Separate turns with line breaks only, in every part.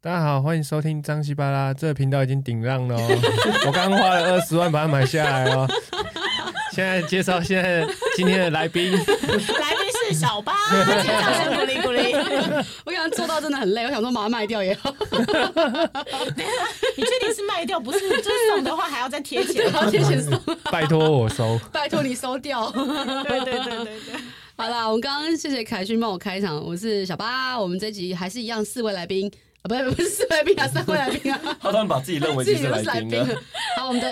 大家好，欢迎收听张西巴拉，这个频道已经顶浪了、哦，我刚花了二十万把它买下来哦。现在介绍现在今天的来宾，
来宾是小八，请掌声鼓励鼓励。
我想做到真的很累，我 想说把它卖掉也 好，
你确定是卖掉，不是就是送的话还要再贴钱？
然后贴钱送，
拜托我收。
拜托你收掉。
对对对对对。
好啦，我们刚刚谢谢凯勋帮我开场，我是小八，我们这集还是一样四位来宾。啊，不 是不是四位来宾啊，三位来宾啊，
他突然把自己 认为
自
自
己
己是
都是
来
来
宾啊
宾了
了。。
好，我们的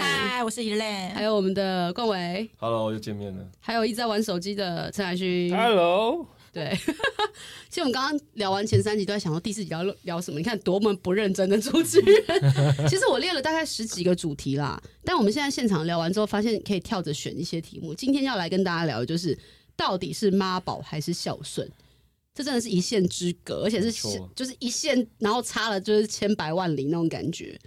嗨，我是 Elaine。
还有我们的冠伟，
Hello，又见面了。
还有一直在玩手机的陈海勋。
Hello，
对， 其实我们刚刚聊完前三集，都在想说第四集要聊什么。你看多么不认真的主持人。 其实我列了大概十几个主题啦，但我们现在现场聊完之后，发现可以跳着选一些题目。今天要来跟大家聊的就是，到底是妈宝还是孝顺？这真的是一线之隔，而且是
没错
就是一线，然后差了就是千百万里那种感觉。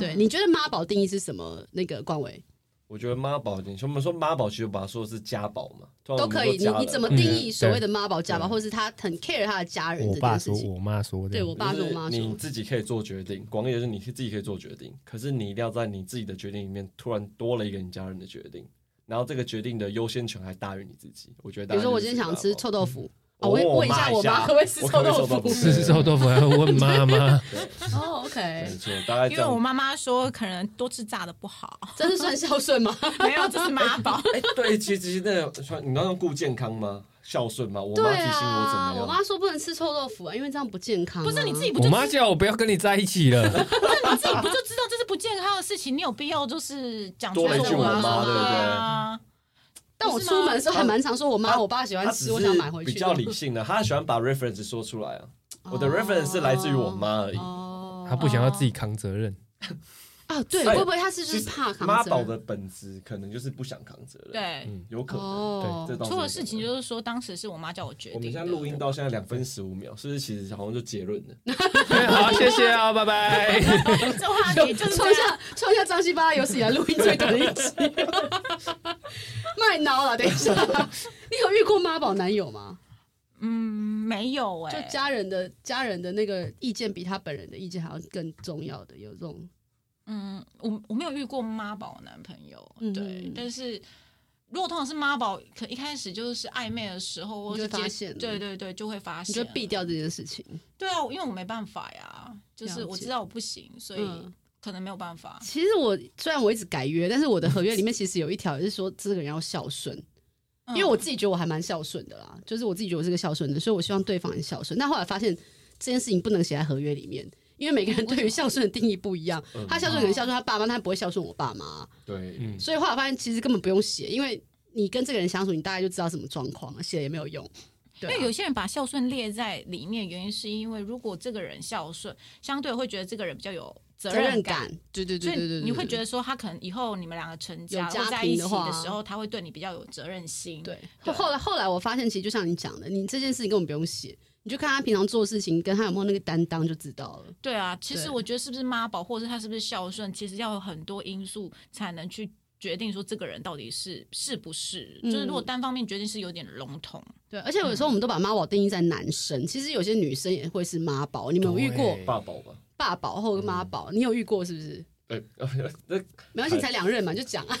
对，你觉得妈宝定义是什么？那个冠伟
我觉得妈宝，你我们说妈宝，其实把它说的是家宝嘛，通
都
常我们
可以，你
哦家人
你怎么定义
嗯
所谓
对
的妈宝家宝，
对
或是他很 care 他的家人
我
这
爸
件事
说，
情？
我妈说的，
对我爸
就是
说，我妈说
你自己可以做决定，广义就是你自己可以做决定，可是你一定要在你自己的决定里面突然多了一个你家人的决定，然后这个决定的优先权还大于你自己。哦我觉得，
比如说我今天想吃，臭豆腐，哦，
哦
我
我
问一下
骂
我
一下
妈可不可以吃
我
臭
可不可以
豆腐
吃臭豆腐？
吃吃臭豆腐还要问妈妈，
哦
没
，OK，
错，大概这
因为我
样。
妈妈说，可能多吃炸的不 好，
这是算孝顺吗？
没有，这是妈 宝。
哎，对，其实其实那个算你刚刚顾健康吗？孝顺吗？我妈
对
提醒我怎
啊
么，
我
样？
妈说不能吃臭豆腐啊，因为这样不健康啊。
不是你自己不
我
就
妈
知
叫我不要跟你在一起了。
不是你自己不就知道这是不健康的事情？你有必要就是讲出来
多
说
问句我妈
说
对
不对
啊
但我出门的时候还蛮常说，我妈
她
我爸喜欢
她只
吃，我想买回
是
去。
比较理性的，她喜欢把 reference 说出来啊。我的 reference 是来自于我妈而已。
哦
她不想要自己扛责任，
啊，对，
哎
会不会她是就
其
是
实
怕扛
妈
责
宝
任？
的本质可能就是不想扛责任，，
对，
有可能。
哦
这，倒是
出
有
了
可
事情
能
就是说，当时是我妈叫我决
我们
定
现在
的。
录音到现在两分十五秒，是不是其实好像就结论 了？
好，谢谢啊，拜拜。
这话
就
题哦 就是
创下创下张西巴拉有史以来录音最短的一 集，卖孬了。等一下，你有遇过妈宝男友吗？
嗯，没有哎、
就家人的家人的那个意见比他本人的意见还要更重要的，有这种
嗯，我我没有遇过妈宝男朋友，
嗯
对，但是如果通常是妈宝，可一开始就是暧昧的时候，或
你就会
是
发
接
现了
对对对，就会发
你
现，
就避。掉这件事情。
对啊，因为我没办法呀，就是
了解
我知道我不行，所
嗯
以可能没有办法。
其实我虽然我一直改约，但是我的合约里面其实有一条也是说这个人要孝顺，因为
嗯
我自己觉得我还蛮孝顺的啦，就是我自己觉得我是个孝顺的，所以我希望对方也孝顺。但后来发现这件事情不能写在合约里面。因为每个人对于孝顺的定义不一样，
嗯
他孝顺可能孝顺他爸妈，但他不会孝顺我爸妈啊、
对，
嗯，
所以后来发现其实根本不用写，因为你跟这个人相处，你大概就知道什么状况了，写也没有用。对啊、
因为有些人把孝顺列在里面，原因是因为如果这个人孝顺，相对会觉得这个人比较有责
责任
感，
感，对对
所
对
以
对对，
你会觉
得
得说，他可能以后你们两个成
有
家
家
或在一
庭
起
的话
的时候，他会对你比较有责任心。
对。
对
后来后来我发现，其实就像你讲的，你这件事情根本不用写，你就看他平常做事情跟他有没有那个担当就知道了。
对啊，其实
对
我觉得是不是妈宝，或者是他是不是孝顺，其实要有很多因素才能去决定说这个人到底是是不是。
嗯
就是如果单方面决定是有点笼统，
对，而且有时
嗯
候我们都把妈宝定义在男生，其实有些女生也会是妈宝。你们有遇过
对
爸宝吧。
爸宝或妈
嗯
宝？你有遇过是不是？
哎，那
没关系，你才两任嘛，就讲 啊。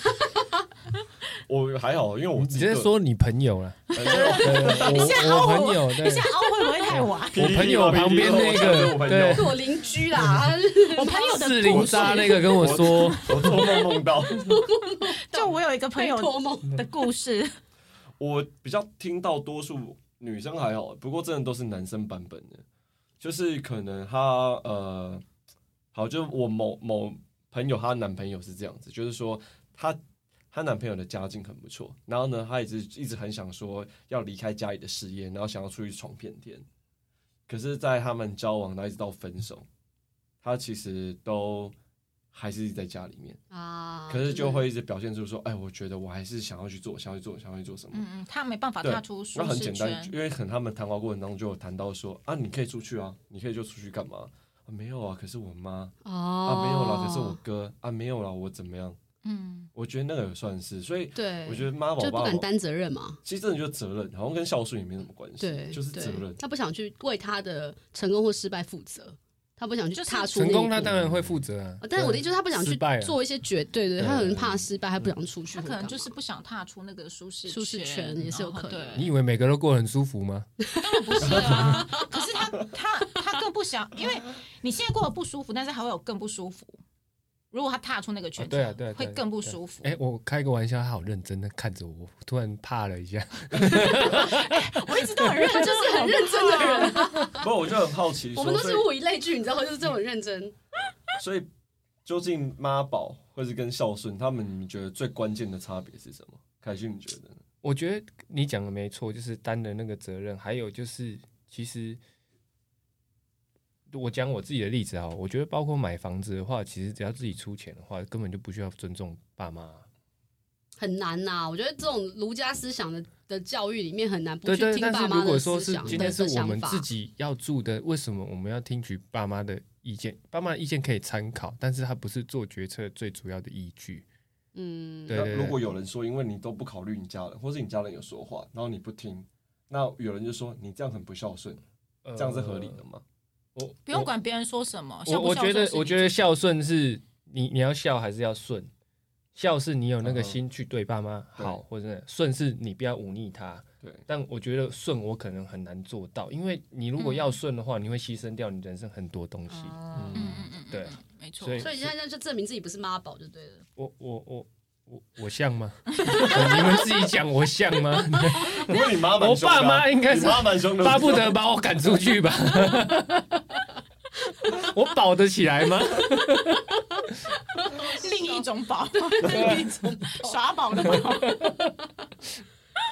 我还好，因为我
你
自
直
己
接
个人
说你朋友了，
哎没有
对我我朋友，
你
对
现，在凹会不会太 晚？
我朋友旁边那
我
个，
朋
对
友，
是我邻居啦，
我 朋友的
四零
故
渣
事，
那个跟我说，
我做梦梦到，
就我有一个朋友
托梦。
的故事，嗯
我比较听到多数女生还好，不过真的都是男生版本的，就是可能她呃，好，就是我某某朋友她男朋友是这样子，就是说她她男朋友的家境很不错，然后呢，她一直一直很想说要离开家里的事业，然后想要出去闯遍天，可是，在他们交往，然后一直到分手，她其实都还是一直在家里面。
啊
可是就会一直表现出说，哎，我觉得我还是想要去做，想要去做，想要去做什么。
嗯嗯，他没办法
对
踏出舒
那很
适
简单，
圈。
因为可能他们谈话过程当中就有谈到说，啊，你可以出去啊，你可以就出去干嘛？啊，没有啊，可是我妈
哦，
啊，没有啦，可是我哥啊，没有啦，我怎么样？
嗯，
我觉得那个也算是，所以
对，
我觉得妈宝
就不
爸
敢
宝
担责任嘛。
其实真的就是责任，好像跟孝顺也没什么关系，
对，
就是
对
责任。
他不想去为他的成功或失败负责。他不想去
就是
踏出那
成
一步。
功他当然会负责啊
哦，但是我的意思就是他不想去
失败啊
做一些绝对对，
对
他可能怕失败，他不想出去
他
或
可
干嘛，
能就是不想踏出那个舒适
舒适圈也是有可能
然后
你以为每个都过得很舒服吗？
对，不是啊。可是他他他更不想，因为你现在过得不舒服，但是还会有更不舒服。如果他踏出那个圈
啊
子，
对啊对啊对啊
会更不舒服。
哎，我开个玩笑，他好认真的看着我，我突然怕了一下。
我一直都很认
他
真，
就是很认真的人。
不，我就很好奇，
我
说，
们都
所以
是物以类聚，你知道，就是这种认真。
所以究竟妈宝或是跟孝顺，他们你觉得最关键的差别是什么？凯勋，你觉得呢？
我觉得你讲的没错，就是担的那个责任，还有就是其实我讲我自己的例子啊，我觉得包括买房子的话，其实只要自己出钱的话，根本就不需要尊重爸妈啊、
很难呐、我觉得这种儒家思想的的教育里面很难不
对
去
对，
听
但
爸
是
妈
如
的
果
思
说是
想
今
的
天是我
想
们
法
自。己要住的，为什么我们要听取爸妈的意见？爸妈的意见可以参考，但是他不是做决策最主要的依据。
嗯，
对
那
对
如果
对，
有人说，因为你都不考虑你家人，或是你家人有说话，然后你不听，那有人就说你这样很不孝顺，这样是合理的吗？
呃。我
不用管别人说什么。
我
孝
我
不孝
觉
顺
得
是你
我觉
自
得
己
孝顺是你你要孝还是要顺？孝是你有那个
嗯哼
心去对爸妈
对
好，或者顺是你不要忤逆他。
对，
但我觉得顺我可能很难做到，因为你
嗯
如果要顺的话，你会牺牲掉你人生很多东西。
哦
嗯嗯嗯，嗯
对，
没错
所。以
所以现在就证明自己不是妈宝就对了。
我我我我我像吗？ 哦你们自己讲我像吗？
不过你妈蛮
我
凶的啊
爸妈应该
你
是
妈蛮凶的，
巴不得把我赶出去吧。 我保得起来吗？
另一种宝， 另一种耍宝的宝。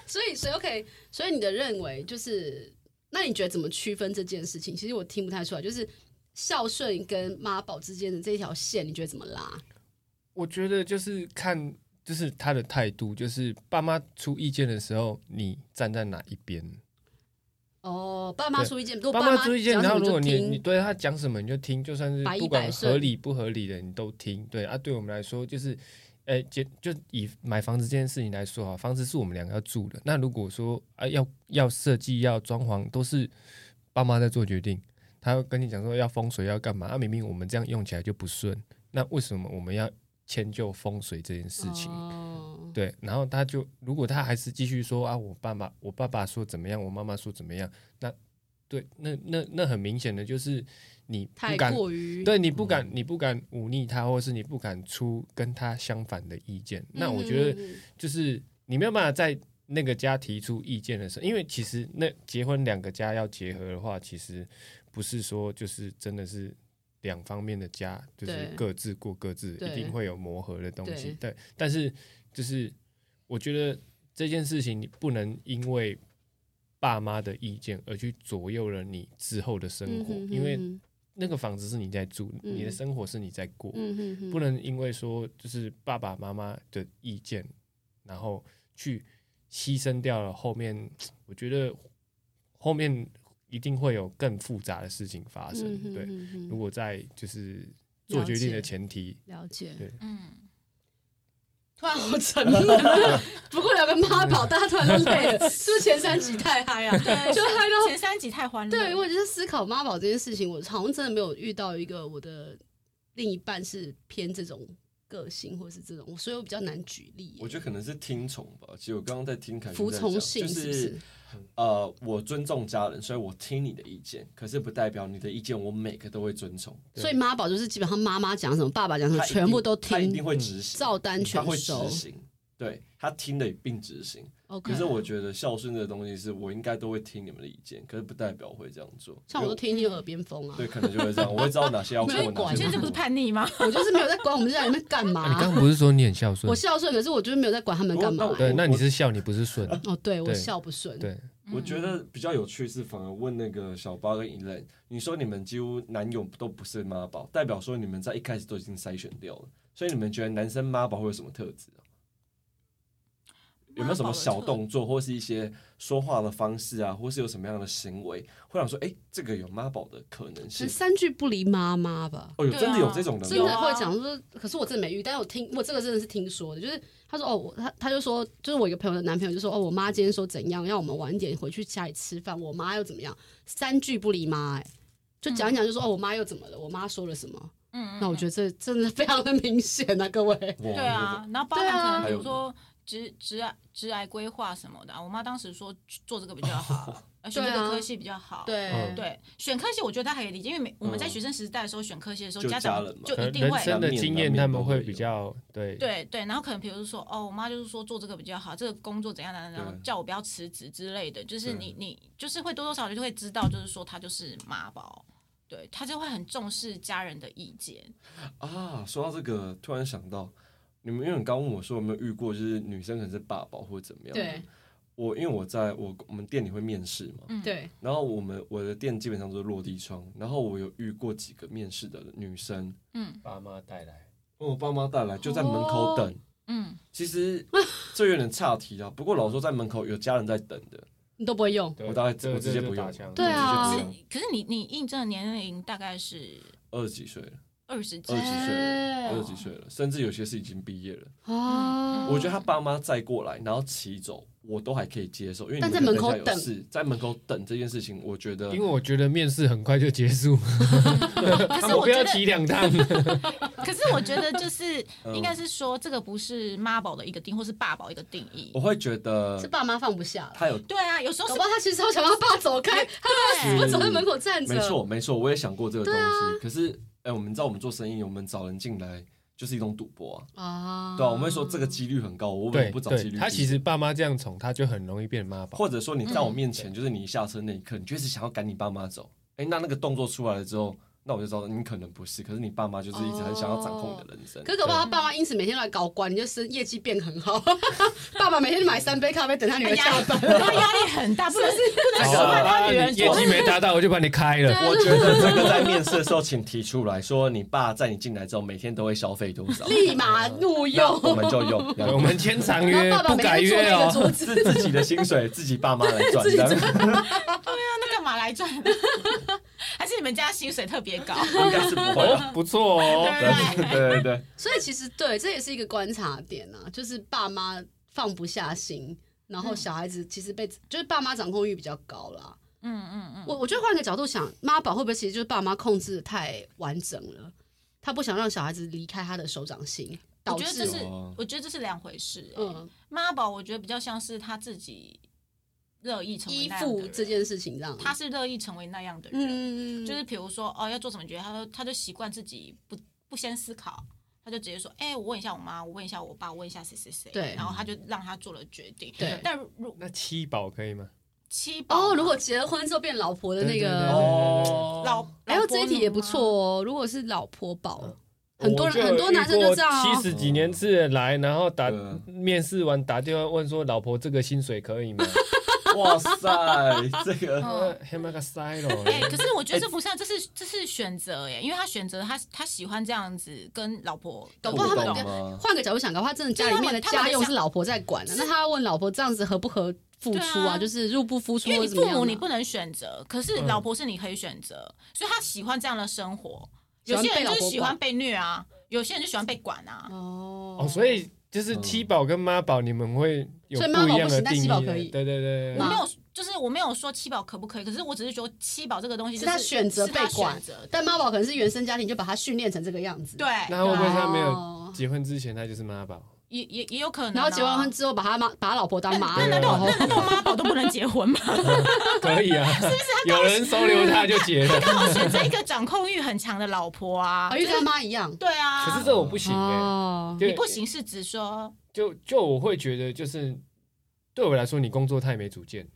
所以，所以 OK，所以你的认为就是，那你觉得怎么区分这件事情？其实我听不太出来，就是孝顺跟妈宝之间的这条线，你觉得怎么拉？
我觉得就是看，就是他的态度，就是爸妈出意见的时候，你站在哪一边？
哦，爸妈
对
出意见，如果
爸
妈
妈出意见，
讲什
然后
么
如果
就
你
听
你对他讲什么你就听，就算是
百依
不管
百顺
合理不合理的你都听。对啊，对我们来说就是，哎、就就以买房子这件事情来说啊，房子是我们两个要住的。那如果说啊要要设计要装潢都是爸妈在做决定，他会跟你讲说要风水要干嘛，啊明明我们这样用起来就不顺，那为什么我们要迁就风水这件事情？
哦
对，然后他就如果他还是继续说啊，我爸爸我爸爸说怎么样，我妈妈说怎么样，那对，那那那很明显的就是你不
太
敢，
过于嗯
对你不敢，你不敢忤逆他，或是你不敢出跟他相反的意见。那我觉得
嗯嗯嗯
就是你没有办法在那个家提出意见的时候，因为其实那结婚两个家要结合的话，其实不是说就是真的是两方面的家，就是
对
各自过各自，
对
一定会有磨合的东西。对，但是就是我觉得这件事情你不能因为。爸妈的意见而去左右了你之后的生活，
嗯哼
因为
嗯
那个房子是你在住，
嗯
你的生活是你在过，
嗯嗯嗯
不能因为说就是爸爸妈妈的意见，然后去牺牲掉了后面，我觉得后面一定会有更复杂的事情发生。
嗯嗯
对，
嗯嗯
如果在就是做决定的前提，
了解，
嗯，
突然好沉啊！不过聊个妈宝，大家突然都累了，是不是前 三集太嗨啊？就嗨到
前三集太欢乐。
对，我就是思考妈宝这件事情，我好像真的没有遇到一个我的另一半是偏这种个性，或是这种，所以我比较难举例耶。
我觉得可能是听从吧。其实我刚刚在听凯
服
勋在讲，
从性
就是
不是？
呃，我尊重家人，所以我听你的意见，可是不代表你的意见我每个都会遵从，
所以妈宝就是基本上妈妈讲什么，爸爸讲什么，
他一定
全部都
他一定
听，
会执行，
照单
他
全
会执
收。
行，对他听的并执行。
OK，
可是我觉得孝顺这个东西是我应该都会听你们的意见，可是不代表我会这样做。
像我都
因为
听听耳边风啊，
对，可能就会这样，我会知道哪些要
没
过，
管
哪
你
些
现在这不
不
是
过。
叛逆吗？
我就是没有在管我们在里面干
啊你刚
嘛。
刚不是说你很孝顺
我？孝顺，可是我就是没有在管他们干嘛
我我。
对，那你是孝，你不是顺。
哦，对我
对
孝不顺，
对，
我觉得比较有趣是，反而问那个小八跟 Elen，你说你们几乎男友都不是妈宝，代表说你们在一开始都已经筛选掉了，所以你们觉得男生妈宝会有什么特质啊？有没有什么小动作，或是一些说话的方式啊，或是有什么样的行为，会让说，哎、这个有妈宝的可能
是
性？
三句不离妈妈吧。
哦，有
对啊
真的有这种人
真
吗？
的会讲说，可是我真的没遇，但我听我这个真的是听说的，就是他说哦，我他他就说，就是我一个朋友的男朋友就说哦，我妈今天说怎样，让我们晚一点回去家里吃饭，我妈又怎么样，三句不离妈、哎，就讲一讲，就说哦，我妈又怎么了？我妈说了什么？
嗯，
那我觉
得
得这真的非常的明显啊，各位。
我
对啊，然后包
对
含
啊
可能
还
比
有
如说职职癌职癌规划什么的啊、我妈当时说做这个比较好，呃选这
对啊
个科系比较好，
对
嗯
对，选科系我觉得他还理解，因为每我们在
嗯
学生时代的时候选科系的时候，
就
家
家
长
人嘛
就
可
一
能
定
人
会
生的经验他们会比较对
对对，然后可能比如说哦，我妈就是说做这个比较好，这个工作怎样怎样，然后
对
叫我不要辞职之类的，就是
对
你你就是会多多少少就会知道，就是说他就是妈宝，对他就会很重视家人的意见，
啊，说到这个，突然想到，你们因为你刚问我说有没有遇过，就是女生可能是爸宝或者怎么样？
对，
我因为我在我我们店里会面试嘛，
嗯，，
对，
然后我们我的店基本上都是落地窗，然后我有遇过几个面试的女生，
嗯
爸妈带来，
问我爸妈带来就在门口
哦
等。
嗯，
其实这有点岔题啊，不过老实说在门口有家人在等的，
你都不会用。
对
我大概
这
我直接
这
不
就打
用
枪了
对啊
可
我
是
直接不用，
可是你你应征的年龄大概是
二十几岁了，
二十几
二十几岁了，
哎
二十几岁了，甚至有些是已经毕业了。
哦，
我觉得他爸妈再过来，然后骑走，我都还可以接受，因为
但
你
在
们
门口
等一下有
等
事，在门口等这件事情，我觉得
因为我觉得面试很快就结束，
可是
我
我
不
觉
要
得，
提两趟。
可是我觉得 就是
嗯
应该是说，这个不是妈宝的一个定，或是爸宝一个定义
我。会觉得
是爸妈放不下了。
他有
对啊，有时候
搞
是
不好他其实超想让爸走开，他
对，
我走在门口站着。
没错，没错，我也想过这个东
啊
西。可是，哎、我们知道我们做生意，我们找人进来就是一种赌博啊，
啊，
对啊，我们会说这个几率很高，我为什
对
么不找
对，
几率低？
他其实爸妈这样宠他，就很容易变妈宝。
或者说你在我面
嗯
前，就是你一下车那一刻，你就是想要赶你爸妈走。哎、那那个动作出来了之后，那我就知道你可能不是，可是你爸妈就是一直很想要掌控你的人生。
可是搞不好他爸妈因此每天都来搞关，你就生业绩变很好。爸爸每天买三杯咖啡等他女儿下班。
然后压力很大，不能不能
好
喜欢
啊，
他女
你
人
业
做
绩没达到，我就把你开
啊
了。
我觉得这个在面试的时候，请提出来说，你爸在你进来之后，每天都会消费多少？
立马录
那
用，
我们就用，了解
我们签长约
然后爸爸
不
每
改
天坐
约
那个
哦。
桌子，
是 自己的薪水，自己爸妈来赚。
自己
这样
啊那干嘛来赚？ 还是你们家薪水特别高？
应该是不会 啊。
哦，不错哦。
对对对对，
所以其实对，这也是一个观察点啊，就是爸妈放不下心，然后小孩子其实被就是爸妈掌控欲比较高啦。
嗯嗯嗯，
我我觉得换个角度想，妈宝会不会其实就是爸妈控制的太完整了，他不想让小孩子离开他的手掌心， 导
我觉得这
致
是
哦，
我觉得这是两回事、欸。
嗯
妈宝、我觉得比较像是他自己乐意成为
依
那样的
附
人，
这件事情这样。
他是乐意成为那样的人，
嗯，
就是比如说哦要做什么决定，他就他就习惯自己不不先思考。他就直接说：“哎、我问一下我妈，我问一下我爸，我问一下谁谁谁。”
对
然后他就让他做了决定。
对
但如
那七宝可以吗？
七宝
哦，如果结了婚之后变老婆的那
对对
个
对
哦
老，
哎
老
呦，
婆
这一题也不
奴吗
错哦。如果是老婆
嗯
宝，很多人很多男生就这样
七
哦。
十几年次来，然后打
对啊
面试完打电话问说老婆这个薪水可以吗？
哇塞，这个
嗯
呃，黑马个塞了。
哎、可是我觉得这不是啊，这是这是选择耶，因为他选择他他喜欢这样子跟老婆
搞不
我
好他
不
们
懂啊
跟
吗？
换个角度想，搞不好真的家里面的
就是他们
家用是老婆在管的，那他要问老婆这样子合不合付出
对
啊？
啊
就是入不敷出，
因为
或
你
者怎么
父
样啊
母你不能选择，可是
嗯
老婆是你可以选择，所以他喜欢这样的生活。
喜
有
欢
些人
被
就
老
是
婆
喜欢被虐啊，有些人就喜欢被管啊。
哦
哦，所以就是七宝跟妈宝，你们会有
所
不
以妈宝
一样
不
的
行但
定义
七
的。
宝可以
对对对，对
我
妈
没有，就是我没有说七宝可不可以，可是我只是觉得七宝这个东西、就是
是他选择
是他
被管
选择的
但妈宝可能是原生家庭就把他训练成这个样子，
对，
那会不会
对啊
他没有
哦
结婚之前他就是妈宝？
也也也有可能、啊？
然后结完婚之后把他妈把他老婆当妈，
那那
然后
那妈宝都不能结婚吗？
可以啊，有人收留他就结 了。
我选择一个掌控欲很强的老婆啊
啊，，又跟他妈一样。
对啊。
可是这我不行哎，
哦，
就
你不行是指说
就就我会觉得就是对我来说，你工作太没主见。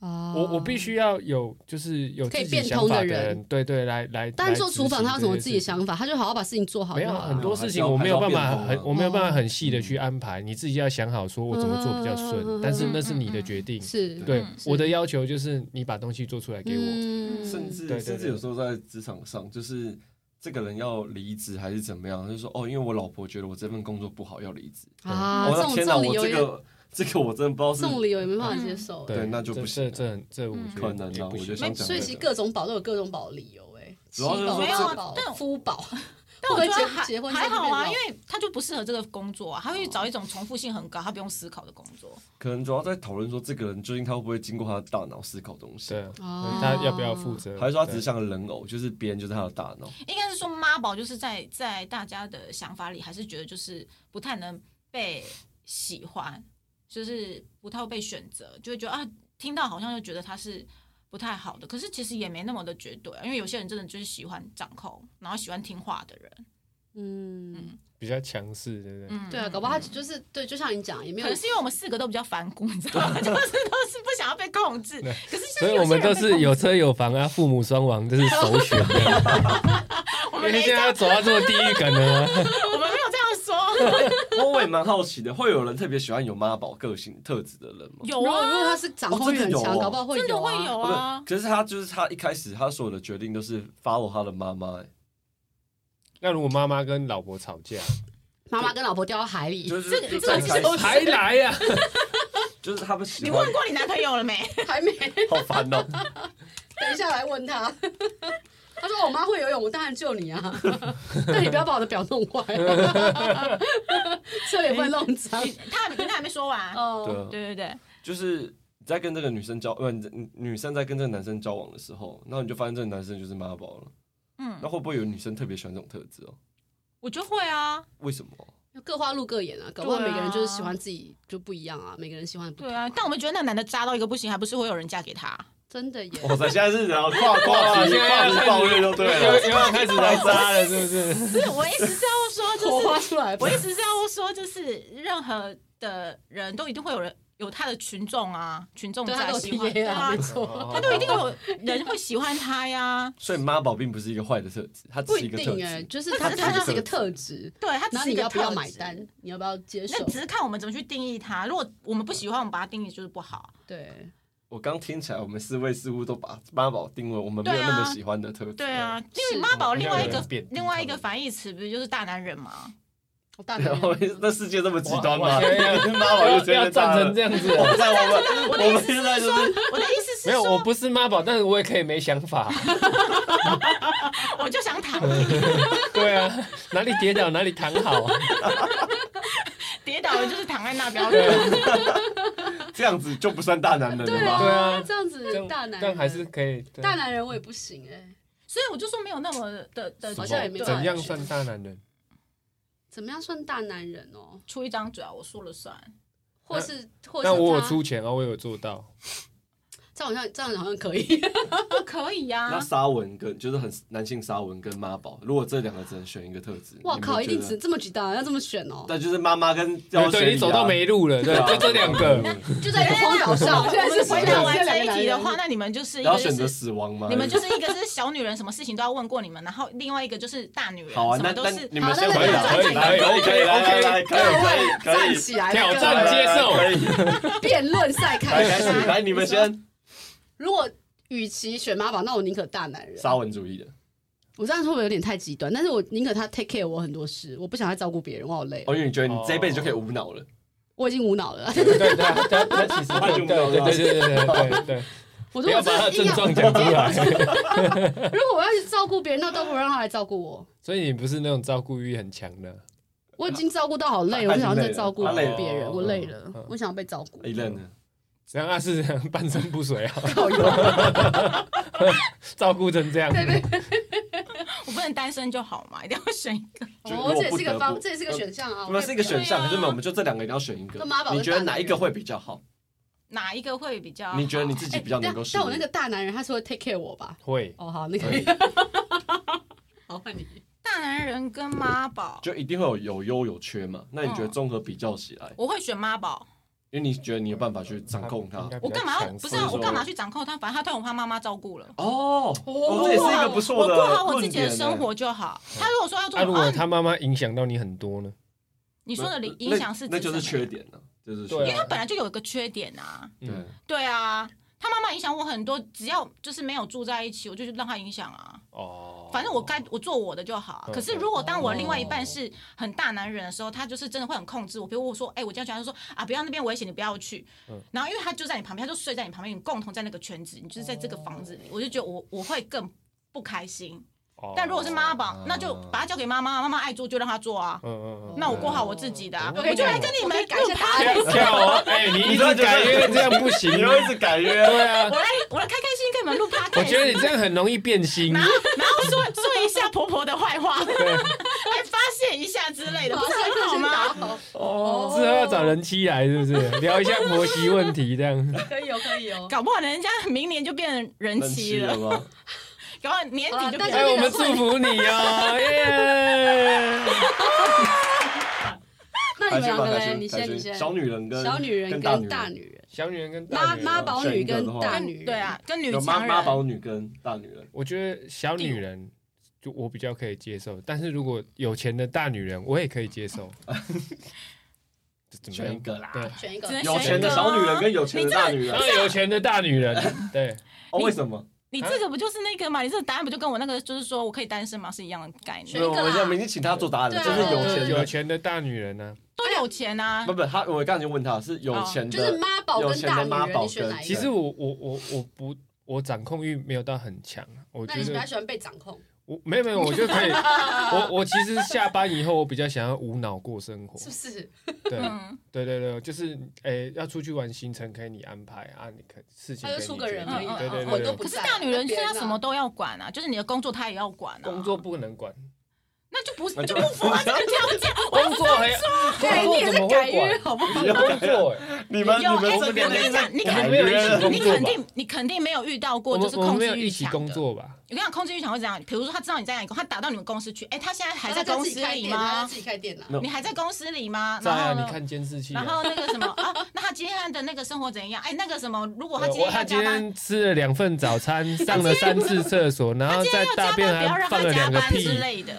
我
我
我必。须要有就是有
哦可以
自己
变
想
通
法
的
的
人
人，对对，来来。
但
来
做
执
厨房
行
他有
这
什么
件
自
事
己的
情
想法？啊他就好好把事情做好
没
就
有啊
好了。
很多事情，
还是要
我没有办
还是
法
要变通啊
很，我没有办法很细的去安排，你自己要想好，说我怎么做比较顺
嗯，
但是那是你的决定。
是
对
嗯
我的要求就是你把东西做出来给我。
嗯
甚至
对对对
甚至有时候在职场上，就是这个人要离职还是怎么样，就说哦，因为我老婆觉得我这份工作不好要离职。
啊，
我
这
的
种这
天哪，
种理
我
由
这
也
个这个我真的不知
这
道
种
是。
理由也没办法接受。
对那就不
这
行
这很
嗯
这我觉得
可能
也
啊，
不
我就
行。
想
没
讲
所以
这
其实
个
各种宝都有各种宝的理由哎、欸，
主要是
七宝
说
没有啊
八宝
但
夫宝，
但我觉得
会不会结结婚
还
之后
还好
就
啊，
变老
因为他就不适合这个工作啊，他会去
哦
找一种重复性很高、他不用思考的工作。
可能主要在讨论说这个人究竟他会不会经过他的大脑思考东西
对，，
哦
他要不要负责？
还是说他只
对
是像个人偶，就是别人就是他的大脑？
应该是说妈宝就是在在大家的想法里，还是觉得就是不太能被喜欢，就是不太会被选择，就会觉得啊，听到好像就觉得他是不太好的，可是其实也没那么的绝对啊，因为有些人真的就是喜欢掌控，然后喜欢听话的人，
嗯，
比较强势，对不对？
嗯，啊
对啊，搞不好他就是对，就像你讲，也没有
可能是因为我们四个都比较反骨，你知道 吗？就是都是不想要被控制。
对
可是
所以我们都
都
是有车有房啊，父母双亡，这是首 选的。
我
因
们
为
没
现
这
在
样，
走到这么地狱梗了啊 吗？
我们没有这样说。
不过我也蛮好奇的，会有人特别喜欢有妈宝个性特质的人吗？
有
如果如果
啊，
他是掌控欲很
哦真的
强，
有哦
搞不好会
真的
有
会
啊
有
哦不是
啊，。
可是他就是他一开始他所有的决定都是 follow 他的妈妈、欸，
那如果妈妈跟老婆吵 架，
妈妈跟老婆掉到海里，
就是
这个这
就
个
在
其
一
实
开
都
始
还来啊呀、
就是他们喜
你
欢
问，过你男朋友了没？
还没
好烦哦、
等一下来问他。他说：“我妈会游泳，我当然救你啊！ 但你不要把我的表弄坏，啊 这也会弄 脏。
他还没他还没说完。
对
哦，
啊，
对对对，
就是你在跟这个女生交，呃，你你女生在跟这个男生交往的时候，那你就发现这个男生就是妈宝了。
嗯
那，会不会有女生特别喜欢这种特质哦？
我就会啊，
为什么？
各花入各眼啊，搞不好每个人就是
对啊
喜欢自己就不一样啊，每个人喜欢的不同
对啊。但我们觉得那个男的渣到一个不行，还不是会有人嫁给他？
真的耶，
哇塞，现在是然后跨 跨
现
级
在
跨
要开
级
始
抱怨就对了。
又要开始来扎了，是不是？
不是，我一直是要说，
火
就
花
是
出来吧
我一。直是要说，就是任何的人都一定会有人有他的群众啊，群众
对，他
在
都有
喜欢
TA 啊，没
哦
对
哦
错，
他都一定会有人会喜欢他呀。
所以妈宝并不是一个坏的特质，它只
不
是
一
一个特
定哎，
质。
就是
那
他
只是
他
一个
就是一个
特
特质，
对他只
然后
是一
你
个
要不要
特
买
质
单，你要不要接受
那？只是看我们怎么去定义它。如果我们不喜欢，我们把它定义就是不好。
对，
我刚听起来，我们四位似乎都把妈宝定位我们没有那么喜欢的特质。
对啊，因
是
为妈宝另外
我们要
一
有
个
人变
另外一个反义词不是就是大男人吗？
我大
然
男
后
人。
那世界这么极端吗？
哇哇
妈宝就直接
要
被炸
站
了
成这样子、
我在我们
我的
我
意
们
思
现在
是
就
说
是，
我的意思是
没有，我
说，
不是妈宝，但是我也可以没想 法。
我就想躺平，
对啊，哪里跌倒哪里躺 好。
跌倒了就是躺在那边。
对啊，
这样子就不算大男人了吧？
对啊
这样子
这样
大男人，
这样还是可以。对
大男人我也不行哎，
所以我就说没有那么的的，
好像也没有
怎样算大男人？
怎么样算大男人哦？
出一张嘴啊，我说了算。
或是或是
但我有
他
出钱啊，我有做到。
这样好像这样好像可以，
不哦可以啊
那
呀，
沙文跟就是很男性沙文跟妈宝，如果这两个只能选一个特质，
哇
你们
靠，一定
觉
只
得
这么巨大，要这么选哦，
那就是妈妈跟要啊
对，你走到没路了，对，就这两个。
就在一个荒岛上，现在是
回
回
答
答
完
完
这一
这一
题
题
的
的
话，
话，
那你们就是一
然
个
后选择
就是。
死亡吗？
你们就是一个是小女人，什么事情都要问过你们，然后另外一个就是大女人，
好啊，
什
那
么都
那
是
你们先
好
回答，
那那那
来
那
可以
那
来
那
来可以可以可
站
以
起来，
挑
各
战
位
接受
可以可以
辩论赛开
来开
始。
始来，你们先
如果与其选妈宝，那我宁可大男人。
沙文主义的，
我这样会不会有点太极端？但是我宁可他 take care 我很多事，我不想他照顾别人，我好累哦、
哦，因为你觉得你这一辈子就可以无脑了，
我已经无脑了。
对对，他他
哦
他其实对对对对对对对，不
我如
要
果
把他
真
的
的
症状
硬要，
讲出来。
如果我要去照顾别人，那倒不如让他来照顾我。
所以你不是那种照顾欲很强的，
我已经照顾到好累，我
他已
不
经
想要再照顾
累了他累了
别人，我累了
嗯嗯，
我想要被照顾
一。愣哎呢？
这样啊是这样半身不遂 啊，
靠腰
照顾成这样。
我不能单身就好嘛，一定要选一个。
就
哦，这也是一
如果不得
个
不
方，这也是个选项啊。
那是一个选项，
对啊
可是我们就这两个一定要选一个
那妈宝。跟
你觉得哪一个会比较好？
哪一个会比较好？
你觉得你自己比较
哎但
能够适
啊
应？哎
但我那个大男人，他是会 take care 我吧？
会，
哦，好，那个
对
好换你。
大男人跟妈宝，
就一定会有有优有缺嘛？那你觉得
嗯
综合比较
啊
起来，
我会选妈宝。
因为你觉得你有办法去掌控它
应。该比
我
较
干嘛要？
强势
不是啊，我
说
干嘛去掌控他？反正他对我怕妈妈照顾了。
哦，哦，
哇
这也是一个不错的
我过好我自
论
己的
点呢。哎
生活就好。他如果说要做
那如
我，
果
啊
他妈妈影响到你很多呢？
你说的
那
影影响是
那那
指
就是
什么
缺
呀，
点了，就是
对啊
因
缺
为
点
他本来就有一个缺点啊。
因为
嗯
对。
对啊，他妈妈影响我很多，只要就是没有住在一起，我就让他影响啊。
哦，
反正我该我做我的就好啊。
嗯
可是如果当我另外一半是很大男人的时候，他就是真的会很控制我。比如我说，哎、我今天想他就说啊，不要那边危险，你不要去。
嗯
然后因为他就在你旁边，他就睡在你旁边，你共同在那个圈子，你就是在这个房子里，我就觉得我我会更不开心。
哦哦
但如果是妈宝，那就把它交给妈妈，妈妈爱做就让她做啊。
嗯嗯嗯，
那我过好我自己的、啊，
哦
我就来跟你们
我可以改一下他
用
跳跳哦，哎，你一直改约这样不行，
你又一直改约，
对啊
它，我来我来开开心心跟你们录 podcast，
我觉得你这样很容易变心
然。后然后说说一下婆婆的坏话， 来发泄一下之类的，不是很好吗？
好？
哦，之后要找人妻来是不是？聊一下婆媳问题这样。
可以哦，可以哦。
搞不好人家明年就变人
很
妻
气
了
了，吗？
搞不好年底就
好了大
变
家
哎，我们祝福你哦，耶！
那你们两个嘞？你
开心吧，开心开
先，你
心
先。
小女人跟
小女人
跟
跟
大
大
人，
女人，
小女人跟大女
妈
人哦
妈宝女跟大女
跟
人，
对，啊，跟女
有妈
强
妈宝
人。
女跟大女人，
我觉得小女人就我比较可以接受，但是如果有钱的大女人，我也可以接受。这怎么
选一
样？
个啦。
对，
选一个
只。能
有
选
钱的
一个
小
啊
女人跟有钱的大女人
当，然有钱的大女人，对，
哦，
你
为什么？
你这个不就是那个嘛？你这个答案不就跟我那个就是说我可以单身吗？是一样的概
选
念
一。
我
个啦
我现在已经请他做答案了，
对啊
就是有钱
有
的，
钱的大女人呢、
都有钱啊
不，不，他我刚才已经问他是有钱
哦
就是
的，
妈宝跟大女人，你选哪一
其
个？
实我我我我不我掌控欲没有到很强啊，我
那
觉
你比较
得
喜欢被掌控，
我没有没有，我就 可以，我我其实下班以后我比较想要无脑过生活
是，不 是？
对
嗯，
对对对，就是诶、要出去玩，行程可以你安排啊，你可事情
他就
可以
出
你
个
决
人
定
而
已
嗯
哦
对对
我
对
都
对
不
嗯可是
在
大女人就是
那
她
边啊
什么都要管啊，就是你的工作她也要管啊，
工作不能管，
那就不是就不符合这个条件。啊
工作还工作怎么会管？
好不好？
工作、 欸，
你们
有
你
哎
们
我
这
跟
边
你讲你
我
改
们没有一
约
起
了，
工
你
作
肯
吧？
定你肯定没有遇到过
我
就
们
是
我们
控
没
制
有
欲
一起
强
工
的。
作吧？
我跟你讲，控制欲强会怎样？比如说他知道你在哪里工，他打到你们公司去，哎，他现在还在
他自
公
己
司
开
里
店他
吗？
自己开店啦。啊
No
你还在公司里吗？
哦在
然
啊，
后
你
呢？
看监视器、
然
啊。
后那个什么啊，那他今天的那个生活怎样？哎，那个什么，如果他今
我
天
他
要
今
加班，
天吃了两份早餐，上了三次厕所， 然后在
要
大
加
便
班不要
还
让
放
他
了
加
两个
班
屁
之。类的，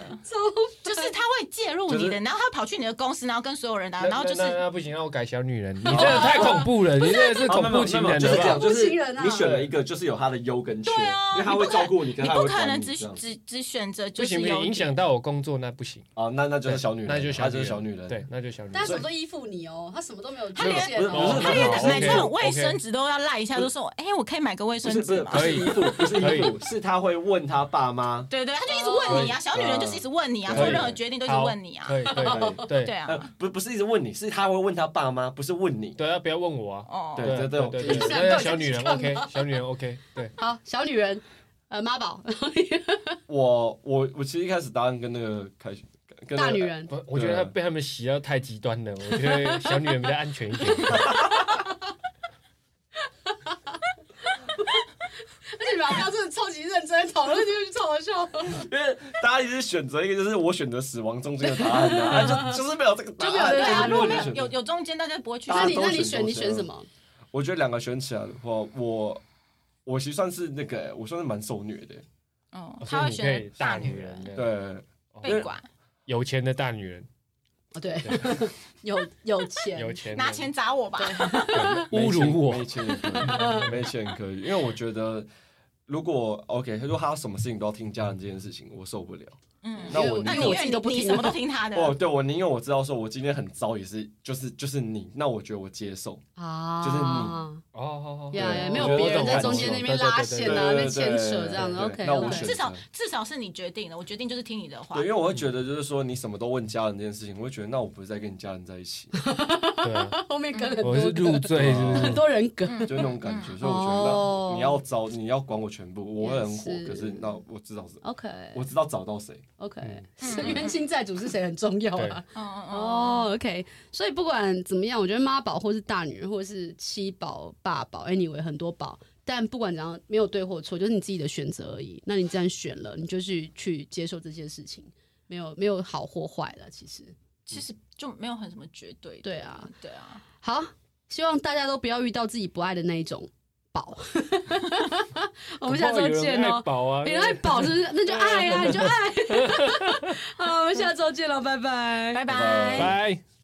就是他会介入你的，然后他跑去你的公司，然后跟所有人打，
那
啊然后就
那
是
那不行，让我改小 女人，你真的太恐怖了，你真
哦
的是恐怖情人
就是
了
这
吧
样，？就是
恐怖情人啊
你选了一个，就是有他的优跟缺，
对啊
因为他会照顾你，跟
你
他会
不可
管
能
你
只
这样
只只选择
不
就
行
是
不行，
有
影响到我工作，那不行，
哦，那那就是小女人，
那就
她
小
就是小女人，
对，，那就小女
但他什么
人。
都依附你哦，他什么都没有
他
界
连
限
不是不
哦
是。
他连
好
买这
OK，
种
OK
卫生纸都要赖一下，就说：“哎，我可以买个卫
不
生
是不
纸
是
吗
不是依附，不是
可
依
以
附，是他会问他爸妈？”，
对对，他就一直问你啊，小女人就是一直问你啊，
可以
做任何决定都一直问你啊，
对 对对
对
对
啊
呃，，不不是一直问你，是他会问他爸妈，不是问你。
对啊，不要问我啊。
哦，
对
对
这
对
种
对
意
对，
思
那小女人
到
OK，
底
小女人 OK，对，
好，小女人，呃，妈宝，
我我我其实一开始答案跟那个凯旋，跟那个
大女人，
啊
不，我觉得她被他们洗到太极端了，我觉得小女人比较安全一 点。
而且你们俩真的超级认真讨论这个，超好笑。
因为大家一直选择一个，就是我选择死亡中间的答案啊， 就就是没有这个答案，
就没有
对啊，
对
如
就
果
是
没有
没
有
有有。
有中间，大家不会去。
大
那
家
你
都
那你
选
选
都
你
选
选
了
什么？
我觉得两个选起来的话，我我其实算是那个欸，我算是蛮受虐的欸。
哦，
所
他
以你
会
可以
选
大
女
女人，，
对，
被管，
有钱的大女人，
哦，对， 有有钱，
有钱的
拿钱砸我吧。
侮辱我
没，钱也可以，没钱也可以，因为我觉得如果 OK，他说他什么事情都要听家人这件事情，我受不了。
嗯，
那我
那
宁
宁
愿
愿你你什么都听他的。
哦，对我宁愿我知道说我今天很糟，也是就是就是你，那我觉得我接受。
啊，
哦哦哦，
呀呀，
对
没
我觉
有别
得我
人
懂
在
我
中
懂
间那
我
边拉
对
线
对
啊，在
对
牵扯这样子。
对对
OK，
那我
嗯
选
至
择
少
OK，
至少是你决定的，我决定就是听你的话
对，因。为我会觉得就是说你什么都问家人这件事情，我会觉得那我不是在跟你家人在一起，
对啊，
后面跟很
我是
多
入
个
赘是不
很
是
很？多人格。
嗯
就那种感觉。
嗯
所以我觉
哦
得那你要糟，你要管我全部，我会很火
也。是哦
可是那我知道是，
OK
我知道找到谁。
OK，
嗯
冤亲债主是谁很重要啊。
嗯嗯嗯。
哦、o k 所以不管怎么样，我觉得妈宝或是大女人，或是七宝、八宝，anyway 很多宝，但不管怎样，没有对或错，就是你自己的选择而已。那你既然选了，你就去去接受这件事情，没有没有好或坏了。其实，
其实就没有很什么绝对。
对啊，
对啊，
好，希望大家都不要遇到自己不爱的那一种宝。 我们下周见哦。
宝啊，
别人爱宝是不是？那就 爱啊，你就爱。好，我们下周见了，拜拜，
拜
拜
拜。
拜。